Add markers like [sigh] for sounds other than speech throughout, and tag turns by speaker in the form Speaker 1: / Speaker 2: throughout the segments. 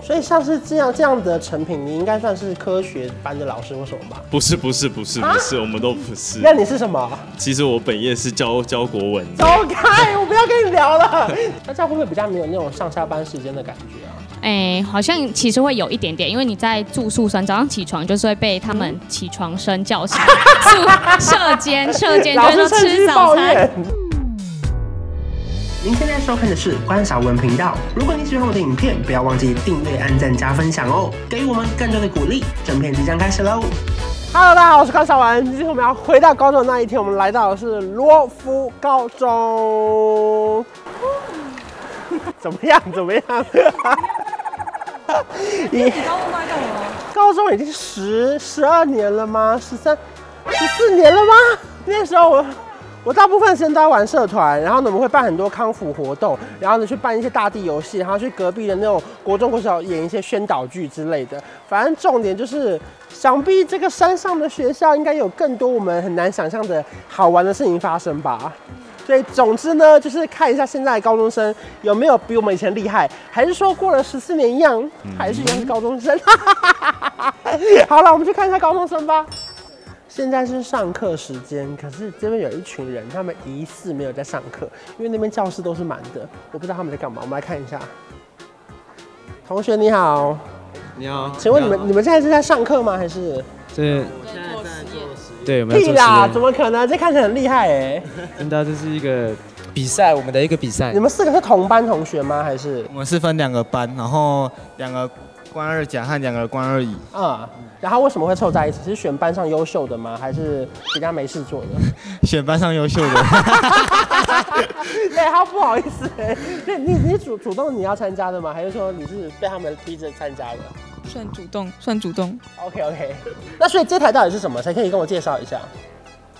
Speaker 1: 所以像是这样这样的成品，你应该算是科学班的老师或什么吧？
Speaker 2: 不是不是不是不是，我们都不是。
Speaker 1: 啊那你是嗯什么？
Speaker 2: 其实我本业是教教国文
Speaker 1: 走
Speaker 2: 的，
Speaker 1: 开！我不要跟你聊了。那这样会不会比较没有那种上下班时间的感觉啊？
Speaker 3: 哎、好像其实会有一点点，因为你在住宿生早上起床就是会被他们起床声叫
Speaker 1: [laughs]
Speaker 3: 醒，宿舍间舍间就
Speaker 1: 老
Speaker 3: 会
Speaker 1: 师
Speaker 3: 说
Speaker 1: 趁
Speaker 3: 吃
Speaker 1: 机
Speaker 3: 早
Speaker 1: 抱
Speaker 3: 餐哎
Speaker 1: 怨。。您现在收看的是观赏文频道。如果你喜欢我的影片，不要忘记订阅、按赞、加分享哦，给予我们更多的鼓励。整片即将开始喽！Hello，大家好，我是观赏文。今天我们要回到高中的那一天，我们来到的是罗浮高中。 [laughs] 怎么样？怎么样？ [laughs] 你
Speaker 4: 你刚问麦干嘛？
Speaker 1: 高中已经十十二年了吗？十三、十四年了吗？那时候我我大部分时间都在玩社团，然后呢我们会办很多康复活动，然后呢去办一些大地游戏，然后去隔壁的那种国中、国小演一些宣导剧之类的。反正重点就是，想必这个山上的学校应该有更多我们很难想象的好玩的事情发生吧。所以总之呢，就是看一下现在的高中生有没有比我们以前厉害，还是说过了十四年一样，还是一样是高中生？ [laughs] 好了，我们去看一下高中生吧。现在是上课时间，可是这边有一群人，他们疑似没有在上课，因为那边教室都是满的，我不知道他们在干嘛。我们来看一下。同学你好，
Speaker 5: 你好，
Speaker 1: 请问你们你们现在是在上课吗？还是
Speaker 5: 这
Speaker 4: 做实验。
Speaker 5: 对我们要
Speaker 1: 屁
Speaker 5: 做
Speaker 1: 啦？
Speaker 5: 实
Speaker 1: 怎
Speaker 5: 验，
Speaker 1: 么可能？这看起来很厉害哎、
Speaker 5: 真的这是一个比赛，我们的一个比赛
Speaker 1: 你。们四个是同班同学吗？还是
Speaker 6: 我们是分两个班，然后两个关二甲和两个关二乙。
Speaker 1: 啊、然后为什么会凑在一起？是选班上优秀的吗？还是人家没事做的？
Speaker 6: 选班上优秀的，
Speaker 1: [laughs] 对他不好意思、欸，对你你主主动你要参加的吗？还是说你是被他们逼着参加的
Speaker 4: 算主动，算主动。
Speaker 1: ？OK OK，那所以这台到底是什么？谁可以跟我介绍一下？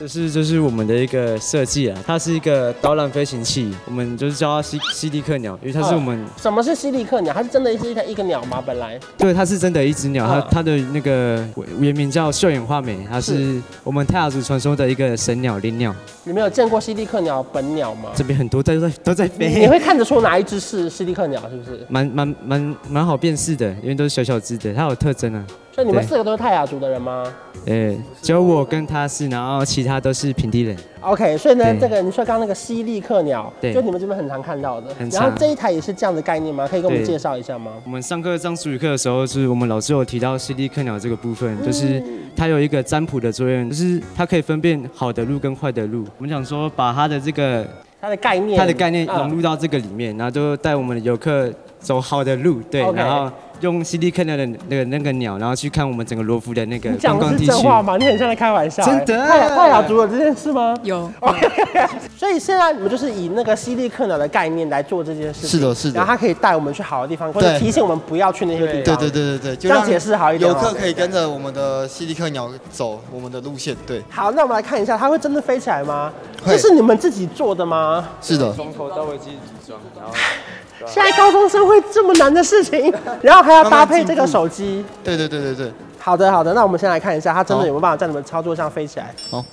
Speaker 5: 这是这是我们的一个设计啊，它是一个导览飞行器，我们就是叫它西西地克鸟，因为它
Speaker 1: 啊
Speaker 5: 是我们、
Speaker 1: 什么是犀利克鸟？它是真的是一台一个鸟吗？本来
Speaker 5: 对它是真的一只鸟，它
Speaker 1: 嗯
Speaker 5: 它的那个原名叫秀眼画眉，它
Speaker 1: 是
Speaker 5: 是我们泰雅族传说的一个神鸟灵鸟，
Speaker 1: 你们有见过犀利克鸟本鸟吗？
Speaker 5: 这边很多都在都在
Speaker 1: 你
Speaker 5: 飞。
Speaker 1: 会看得出哪一只是犀利克鸟，是不是？
Speaker 5: 蛮蛮蛮蛮好辨识的，因为都是小小只的，它有特征啊。
Speaker 1: 所以你们
Speaker 5: 对
Speaker 1: 四个都是泰雅族的人吗
Speaker 5: 呃，只有我跟它是，然后其他都是平地人。
Speaker 1: ？OK，所以呢，
Speaker 5: 对
Speaker 1: 这个你说刚刚那个犀利克鸟，
Speaker 5: 对
Speaker 1: 就你们这边很常看到的
Speaker 5: 很。
Speaker 1: 然后
Speaker 5: 常
Speaker 1: 这一台也是这样的概念吗？可以跟我们
Speaker 5: 对
Speaker 1: 介绍一下吗？
Speaker 5: 我们上课上数语课的时候，就是我们老师有提到犀利克鸟这个部分，就是
Speaker 1: 嗯
Speaker 5: 它有一个占卜的作用，就是它可以分辨好的路跟坏的路。我们想说把它的这个
Speaker 1: 它的概念，
Speaker 5: 它的概念融
Speaker 1: 嗯
Speaker 5: 入到这个里面，然后就带我们的游客走好的路，对
Speaker 1: OK
Speaker 5: 然后用犀利克鸟的那个那个鸟，然后去看我们整个罗浮的那个
Speaker 1: 你
Speaker 5: 观
Speaker 1: 讲的
Speaker 5: 光
Speaker 1: 是
Speaker 5: 地
Speaker 1: 真
Speaker 5: 区。
Speaker 1: 话吗？你很像在开玩笑、欸。
Speaker 5: 真的
Speaker 1: 太太雅族有这件事吗？
Speaker 4: 有，
Speaker 1: [laughs] 所以现在你们就是以那个犀利克鸟的概念来做这件事情。
Speaker 6: 是的是的
Speaker 1: 然后它可以带我们去好的地方，或者
Speaker 6: 对
Speaker 1: 提醒我们不要去那些地方。
Speaker 6: [laughs] 对对。对对对，就
Speaker 1: 这样
Speaker 6: 让
Speaker 1: 解释好一点
Speaker 6: 游
Speaker 1: 哦
Speaker 6: 客可以跟着我们的西利克鸟走我们的路线。对，
Speaker 1: 好，那我们来看一下，它会真的飞起来吗？
Speaker 6: 会
Speaker 1: 这是你们自己做的吗？
Speaker 6: 是的，
Speaker 1: 现在高中生会这么难的事情，然后还要搭配这
Speaker 6: 慢慢
Speaker 1: 个
Speaker 6: 进步
Speaker 1: 手机。
Speaker 6: 对对对对对，
Speaker 1: 好的，好的，那我们先来看一下，它真的有没有办法在你们操作上飞起来？
Speaker 6: 好。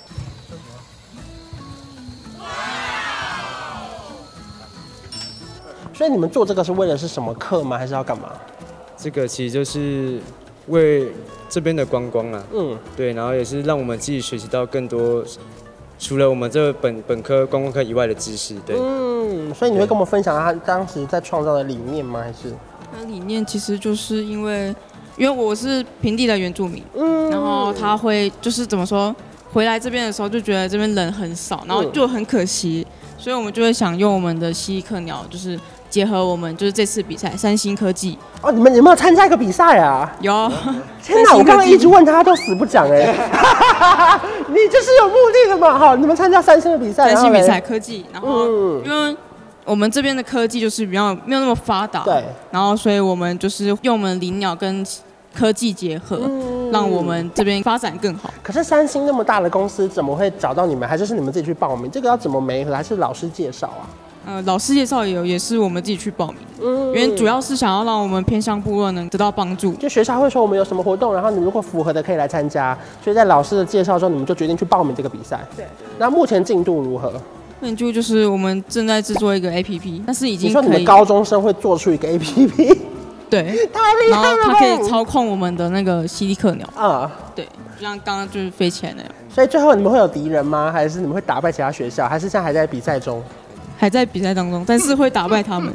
Speaker 1: 所以你们做这个是为了是什么课吗？还是要干嘛？
Speaker 5: 这个其实就是为这边的观光啊，
Speaker 1: 嗯，
Speaker 5: 对，然后也是让我们自己学习到更多，除了我们这个本本科观光科以外的知识。对，
Speaker 1: 嗯，所以你会跟我们分享他当时在创造的理念吗？还是
Speaker 4: 它理念其实就是因为，因为我是平地的原住民，
Speaker 1: 嗯
Speaker 4: 然后他会就是怎么说，回来这边的时候就觉得这边人很少，然后
Speaker 1: 嗯
Speaker 4: 就很可惜，所以我们就会想用我们的西克鸟，就是结合我们就是这次比赛三星科技
Speaker 1: 哦，你们有没有参加一个比赛啊？
Speaker 4: 有， [laughs]
Speaker 1: 天哪，
Speaker 4: 三星科技
Speaker 1: 我刚刚一直问他，他都死不讲哎、
Speaker 4: [laughs]
Speaker 1: [laughs] 你就是有目的的嘛？好，你们参加三星的比赛，
Speaker 4: 三星比
Speaker 1: 然
Speaker 4: 赛
Speaker 1: 后嘞，
Speaker 4: 科技，然后
Speaker 1: 嗯，
Speaker 4: 因为我们这边的科技就是比较没有那么发达，
Speaker 1: 对，
Speaker 4: 然后所以我们就是用我们灵鸟跟科技结合，
Speaker 1: 嗯
Speaker 4: 让我们这边发展更好。
Speaker 1: 可是三星那么大的公司，怎么会找到你们？还是是你们自己去报名？这个要怎么媒合？还是老师介绍啊？
Speaker 4: 呃，老师介绍也有，也是我们自己去报名，嗯，因为主要是想要让我们偏向部落能得到帮助。
Speaker 1: 就学校会说我们有什么活动，然后你们如果符合的可以来参加。所以在老师的介绍中，你们就决定去报名这个比赛。对。那目前进度如何？
Speaker 4: 那就就是我们正在制作一个 APP，但是已
Speaker 1: 你
Speaker 4: 经
Speaker 1: 说你
Speaker 4: 可
Speaker 1: 们
Speaker 4: 以，
Speaker 1: 高中生会做出一个 APP？
Speaker 4: 对，
Speaker 1: [laughs] 太厉
Speaker 4: 然后
Speaker 1: 害了吧！
Speaker 4: 它可以操控我们的那个犀利克鸟，
Speaker 1: 啊、
Speaker 4: 对，就像刚刚就是飞起来那样，
Speaker 1: 所以最后你们会有敌人吗？还是你们会打败其他学校？还是现在还在比赛中？
Speaker 4: 还在比赛当中，但是会打败
Speaker 1: [laughs]
Speaker 4: 他们。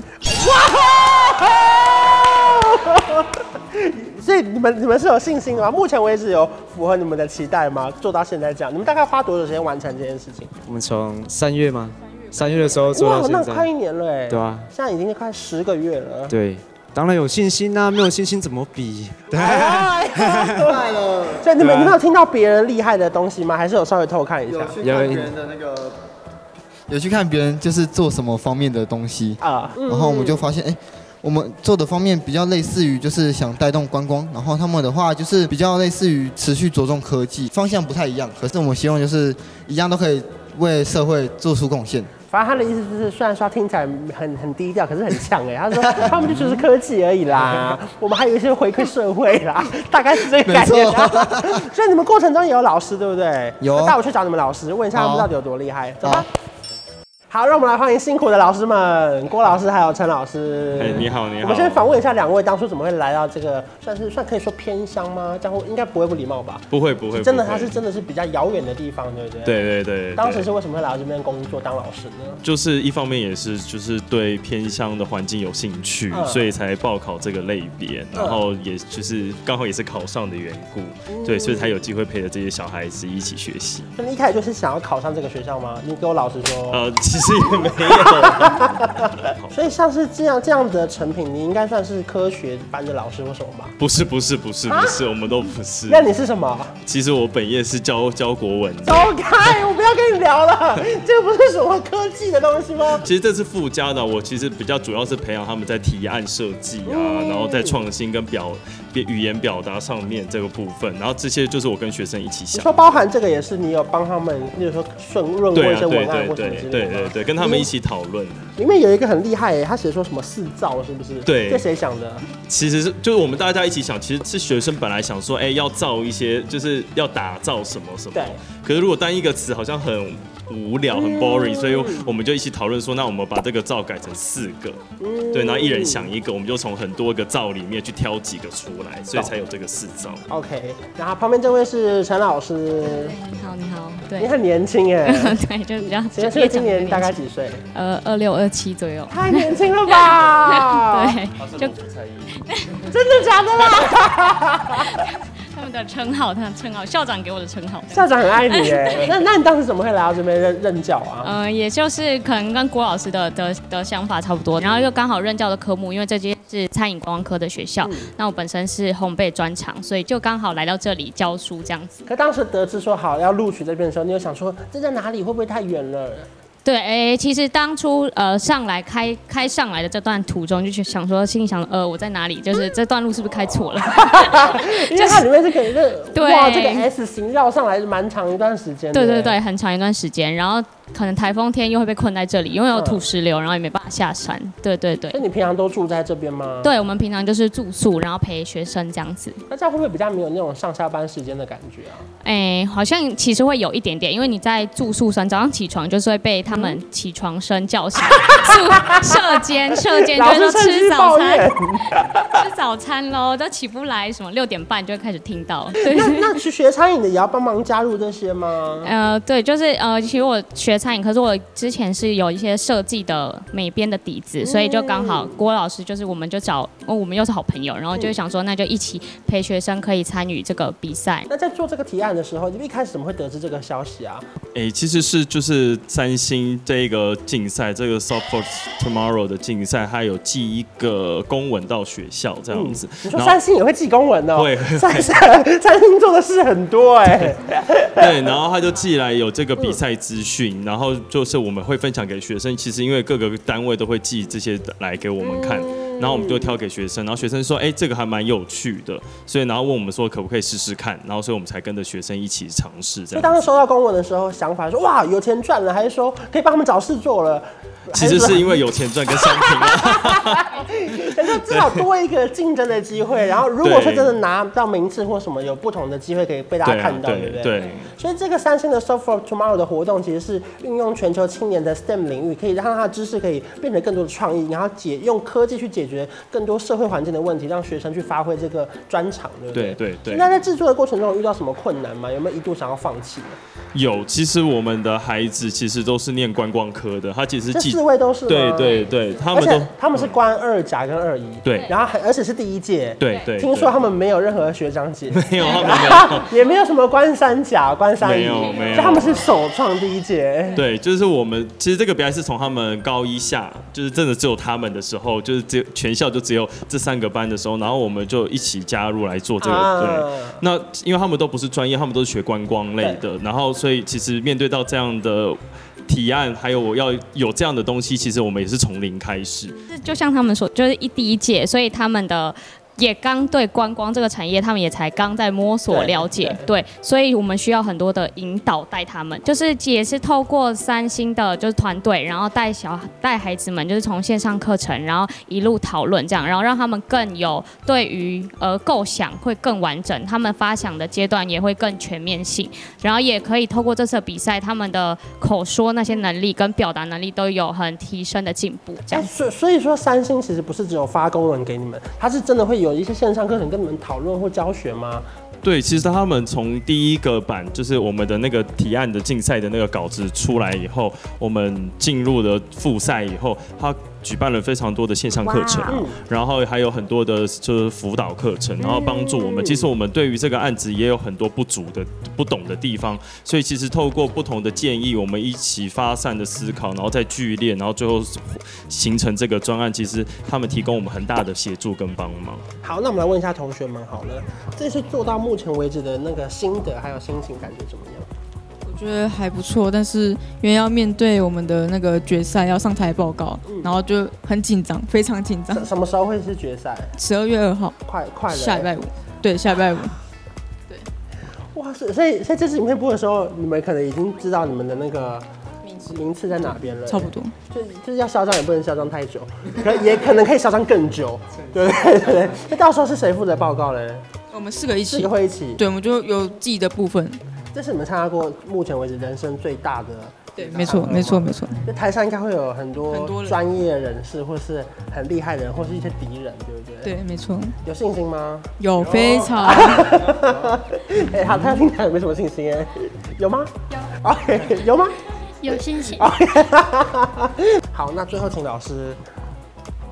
Speaker 1: 所以你们你们是有信心的吗？目前为止有符合你们的期待吗？做到现在这样，你们大概花多久时间完成这件事情？
Speaker 5: 我们从三月吗？三月的时候做
Speaker 1: 哇
Speaker 5: 到，
Speaker 1: 那
Speaker 5: 现
Speaker 1: 快
Speaker 5: 在
Speaker 1: 一，年了哎。
Speaker 5: 对啊
Speaker 1: 现在已经快十个月了。
Speaker 5: 对，当然有信心啦、没有信心怎么比？
Speaker 1: 哎
Speaker 6: [laughs]
Speaker 1: 呀
Speaker 6: 啊
Speaker 1: 所以你们你们有听到别人厉害的东西吗？还是有稍微偷看一下
Speaker 6: 有？去看别人的那个，有去看别人就是做什么方面的东西，
Speaker 1: 啊，
Speaker 6: 然后我们就发现，哎、我们做的方面比较类似于就是想带动观光，然后他们的话就是比较类似于持续着重科技，方向不太一样，可是我们希望就是一样都可以为社会做出贡献。
Speaker 1: 反正他的意思就是，虽然说他听起来很很低调，可是很强哎。他说 [laughs] 他们就只是科技而已
Speaker 6: [laughs]
Speaker 1: 啦，我们还有一些回馈社会啦， [laughs] 大概是这个概念
Speaker 6: 没。
Speaker 1: [laughs] 所以你们过程中也有老师对不对？
Speaker 6: 有
Speaker 1: 那带我去找你们老师，问一下他们
Speaker 6: 好
Speaker 1: 到底有多厉害。走吧
Speaker 6: 好。
Speaker 1: 好，让我们来欢迎辛苦的老师们，郭老师还有陈老师。
Speaker 2: 哎你好你好
Speaker 1: 我们先访问一下两位，当初怎么会来到这个，算是算可以说偏乡吗？这样会应该不会不礼貌吧？
Speaker 2: 不会不会，
Speaker 1: 真的，
Speaker 2: 不
Speaker 1: 他
Speaker 2: 会
Speaker 1: 是真的是比较遥远的地方，对不对？。
Speaker 2: 对对对对，
Speaker 1: 当时是为什么会来到这边工作当老师呢？
Speaker 2: 就是一方面也是就是对偏乡的环境有兴趣，
Speaker 1: 嗯
Speaker 2: 所以才报考这个类别，然后也就是刚好也是考上的缘故，
Speaker 1: 嗯
Speaker 2: 对，所以才有机会陪着这些小孩子一起学习。
Speaker 1: 那你一开始就是想要考上这个学校吗？你给我老实说。
Speaker 2: 呃， [laughs] 其实也没
Speaker 1: [laughs]
Speaker 2: 有，
Speaker 1: 所以像是这样这样的成品，你应该算是科学班的老师或什么吧？
Speaker 2: 不是不是不是不是，我们都不是。
Speaker 1: 啊那你是什么？
Speaker 2: 其实我本业是教教国文的
Speaker 1: 走。开！我不要跟你聊了，这不是什么科技的东西吗？
Speaker 2: 其实这次附加的，我其实比较主要是培养他们在提案设计啊，
Speaker 1: 嗯
Speaker 2: 然后在创新跟表语言表达上面这个部分，然后这些就是我跟学生一起
Speaker 1: 你
Speaker 2: 想。
Speaker 1: 说包含这个也是你有帮他们，例如说顺润过
Speaker 2: 对
Speaker 1: 一
Speaker 2: 啊，
Speaker 1: 些
Speaker 2: 对
Speaker 1: 文案
Speaker 2: 对
Speaker 1: 或什么
Speaker 2: 对
Speaker 1: 之
Speaker 2: 对
Speaker 1: 类的
Speaker 2: 对
Speaker 1: 吗。嗯
Speaker 2: 对，跟他们一起讨论。
Speaker 1: 里面有一个很厉害耶，欸他写说什么四造是不是？
Speaker 2: 对
Speaker 1: 这谁想的？
Speaker 2: 其实是就是我们大家一起想，其实是学生本来想说，哎、要造一些，就是要打造什么什么。
Speaker 1: 对。嗯
Speaker 2: 可是如果单一个词好像很无聊、很 boring，、所以我们就一起讨论说，那我们把这个造改成四个，
Speaker 1: 嗯
Speaker 2: 对，然后一
Speaker 1: 哦
Speaker 2: 人想一个，我们就从很多个造里面去挑几个出来，所以才有这个四造。
Speaker 1: OK，然后旁边这位是陈老师，
Speaker 3: 对，你好，你好，对
Speaker 1: 你，很年轻欸
Speaker 3: [laughs]
Speaker 1: 耶，
Speaker 3: 对，就是这样。
Speaker 1: 陈老师今年大概几岁？
Speaker 3: 呃二六二七左右。
Speaker 1: 太年轻了吧？
Speaker 3: [laughs] 对，就
Speaker 1: 真的假的啦？
Speaker 3: 他们的称号，他的称号，校长给我的称号。
Speaker 1: 校长很爱你耶，那那你当时怎么会来到这边任任教啊？
Speaker 3: 嗯、也就是可能跟郭老师的的的想法差不
Speaker 1: 嗯
Speaker 3: 多，然后又刚好任教的科目，因为这间是餐饮观光科的学
Speaker 1: 嗯
Speaker 3: 校，那我本身是烘焙专长，所以就刚好来到这里教书这样子。
Speaker 1: 可当时得知说好要录取这边的时候，你有想说这在哪里会不会太远了？
Speaker 3: 对，诶，其实当初呃上来开开上来的这段途中，就去想说，心里想，呃，我在哪里？就是这段路是不是开
Speaker 1: [laughs]
Speaker 3: 错了？
Speaker 1: 因为它里面是可能是
Speaker 3: 对
Speaker 1: 哇，这个 S 型绕上来是蛮长一段时间的。
Speaker 3: 对对对，很长一段时间，然后可能台风天又会被困在这里，因为
Speaker 1: 嗯
Speaker 3: 有土石流，然后也没办法下山。对对对
Speaker 1: 所，以你平常都住在这边吗？。
Speaker 3: 对我们平常就是住宿，然后陪学生这样子。
Speaker 1: 那这样会不会比较没有那种上下班时间的感觉啊？
Speaker 3: 哎，好像其实会有一点点，因为你在住宿生早上起床就是会被他们起床声叫醒， [laughs] 宿舍间舍间就
Speaker 1: 老
Speaker 3: 会
Speaker 1: 师
Speaker 3: 说
Speaker 1: 趁机
Speaker 3: 吃
Speaker 1: 抱
Speaker 3: 早餐
Speaker 1: 怨。 [laughs]
Speaker 3: 吃早餐喽，都起不来，什么六点半就会开始听
Speaker 1: [laughs]
Speaker 3: 到。
Speaker 1: 那
Speaker 3: 对。
Speaker 1: 那去学餐饮的也要帮忙加入这些吗？
Speaker 3: 呃，对，就是呃，其实我学餐饮，可是我之前是有一些设计的美编的底子，所以就刚好郭老师就是，我们就找，哦，我们又是好朋友，然后就想说，那就一起陪学生可以参与这个比赛。
Speaker 1: 那在做这个提案的时候，你们一开始怎么会得知这个消息啊？
Speaker 2: 诶、哎其实是就是三星这个竞赛，这个 Soft for Tomorrow 的竞赛，它有寄一个公文到学校这样子。
Speaker 1: 嗯你说
Speaker 2: 然后。
Speaker 1: 三星也会记公文哦、
Speaker 2: 会
Speaker 1: 三星 [laughs] 三星做的事很多哎、
Speaker 2: 对，然后他就寄来有这个比赛资讯，然后就是我们会分享给学生。其实因为各个单位都会寄这些来给我们看，
Speaker 1: 嗯
Speaker 2: 然后我们就挑给学生，然后学生说，哎，这个还蛮有趣的，所以然后问我们说可不可以试试看，然后所以我们才跟着学生一起尝试这
Speaker 1: 就当
Speaker 2: 样
Speaker 1: 时
Speaker 2: 子。
Speaker 1: 收到公文的时候，想法说哇有钱赚了，还是说可以帮他们找事做了？
Speaker 2: 其实是
Speaker 1: [laughs]
Speaker 2: 因为有钱赚跟商品啊。
Speaker 1: 可是哎至少多一个竞争的机会。然后如果说真的拿到名次或什么，有不同的机会可以被大家
Speaker 2: 对啊
Speaker 1: 看到，
Speaker 2: 对
Speaker 1: 对不对？
Speaker 2: 对
Speaker 1: 所以这个三星的 Soft for Tomorrow 的活动，其实是运用全球青年的 STEM 领域，可以让他的知识可以变得更多的创意，然后解用科技去解决更多社会环境的问题，让学生去发挥这个专长，对不对？
Speaker 2: 对对对
Speaker 1: 那在制作的过程中有遇到什么困难吗？有没有一度想要放弃？
Speaker 2: 有，其实我们的孩子其实都是念观光科的，他其实
Speaker 1: 这
Speaker 2: 记
Speaker 1: 四位都是吗
Speaker 2: 对对对，他
Speaker 1: 而
Speaker 2: 们都
Speaker 1: 且他们是官二甲跟二一，
Speaker 2: 嗯对
Speaker 1: 然后还而且是第一届，
Speaker 2: 对对
Speaker 1: 听说他们没有任何学长姐， [laughs]
Speaker 2: 没有他们没有。
Speaker 1: 也没有什么官三甲、官三乙，
Speaker 2: 没有没有
Speaker 1: 就他们是首创第一届，哎
Speaker 2: 对，就是我们其实这个比赛是从他们高一下，就是真的只有他们的时候，就是只有全校就只有这三个班的时候，然后我们就一起加入来做这个。
Speaker 1: 啊
Speaker 2: 对，那因为他们都不是专业，他们都是学观光类的，然后所以其实面对到这样的提案，还有我要有这样的东西，其实我们也是从零开始。
Speaker 3: 是就像他们说，就是一第一届，所以他们的。也刚对观光这个产业，他们也才刚在摸索
Speaker 1: 对
Speaker 3: 了解，对，所以我们需要很多的引导带他们，就是也是透过三星的就是团队，然后带小带孩子们，就是从线上课程，然后一路讨论这样，然后让他们更有对于呃构想会更完整，他们发想的阶段也会更全面性，然后也可以透过这次比赛，他们的口说那些能力跟表达能力都有很提升的进步，这
Speaker 1: 哎
Speaker 3: 样。
Speaker 1: 所、所以说三星其实不是只有发功能给你们，它是真的会有一些线上课程跟你们讨论或教学吗？
Speaker 2: 对，其实他们从第一个版，就是我们的那个提案的竞赛的那个稿子出来以后，我们进入了复赛以后，他举办了非常多的线上课程
Speaker 3: 哇，
Speaker 1: 嗯，
Speaker 2: 然后还有很多的就是辅导课程，然后帮助我们。其实我们对于这个案子也有很多不足的、不懂的地方，所以其实透过不同的建议，我们一起发散的思考，然后再聚练，然后最后形成这个专案。其实他们提供我们很大的协助跟帮忙。
Speaker 1: 好，那我们来问一下同学们好了，这次做到目前为止的那个心得还有心情感觉怎么样？
Speaker 4: 我觉得还不错，但是因为要面对我们的那个决赛，要上台报告，然后就很紧张，非常紧张
Speaker 1: 什。什么时候会是决赛？
Speaker 4: 十二月二号，
Speaker 1: 快快了，
Speaker 4: 下礼拜五，对，下礼拜五。
Speaker 1: 哇，所以所以所以这次影片播的时候，你们可能已经知道你们的那个名次在哪边了，
Speaker 4: 差不多，
Speaker 1: 就就是要嚣张，也不能嚣张太久，可也可能可以嚣张更久，对对对对。那到时候是谁负责报告嘞？
Speaker 4: 我们四个一
Speaker 1: 四
Speaker 4: 起
Speaker 1: 个，会一起。
Speaker 4: 对，我们就有自己的部分，
Speaker 1: 这是你们参加过目前为止人生最大的。
Speaker 4: 对，没错，没错，没错，
Speaker 1: 就台上应该会有很
Speaker 4: 很多
Speaker 1: 多
Speaker 4: 人
Speaker 1: 专业人士，或是很厉害的人，或是一些敌人，对不对？。
Speaker 4: 对，没错，
Speaker 1: 有信心吗？
Speaker 4: 有非常，
Speaker 1: 哎、 [laughs] 好，他听起来没什么信心哎，有吗？有。OK，有吗？ [laughs]
Speaker 7: 有心情。
Speaker 1: OK，好，那最后请老师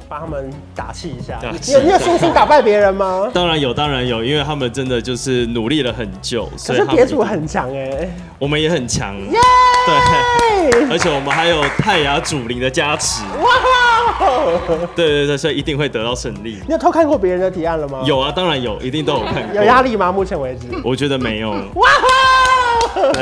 Speaker 1: 帮他们打气一下。
Speaker 2: 打
Speaker 1: 你
Speaker 2: 气
Speaker 1: 有你有信心打败别人吗？
Speaker 2: 当然有，当然有，因为他们真的就是努力了很久，
Speaker 1: 可
Speaker 2: 所以
Speaker 1: 是
Speaker 2: 他
Speaker 1: 别
Speaker 2: 们
Speaker 1: 组很强哎、
Speaker 2: 我们也很强，对，而且我们还有泰雅主灵的加持，
Speaker 1: 哇哦！ [laughs]
Speaker 2: 对对对，所以一定会得到胜利。
Speaker 1: 你有偷看过别人的提案了吗？
Speaker 2: 有嗯啊，当然有，一定都有看过。
Speaker 1: 有压？力吗？目前为止，
Speaker 2: 我觉得没有。
Speaker 1: 哇
Speaker 2: [laughs]
Speaker 1: 哦！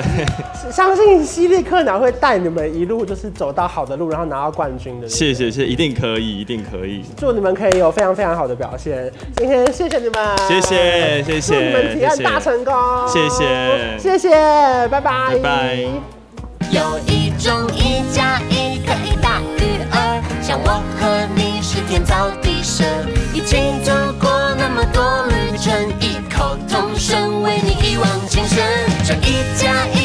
Speaker 1: 相信犀利克南会带你们一路就是走到好的路，然后拿到冠军的。
Speaker 2: 谢谢谢，一定可以，一定可以。
Speaker 1: 祝你们可以有非常非常好的表现。今天谢谢你们，
Speaker 2: 谢谢谢
Speaker 1: 祝你们
Speaker 2: 谢
Speaker 1: 提
Speaker 2: 谢
Speaker 1: 案
Speaker 2: 谢，
Speaker 1: 大成功，
Speaker 2: 谢谢
Speaker 1: 哦谢谢，拜拜，
Speaker 2: 拜拜。
Speaker 7: 有一种一加一可以大于二，像我和你是天造地设，一起走过那么多旅程，异口同声为你一往情深。这一加一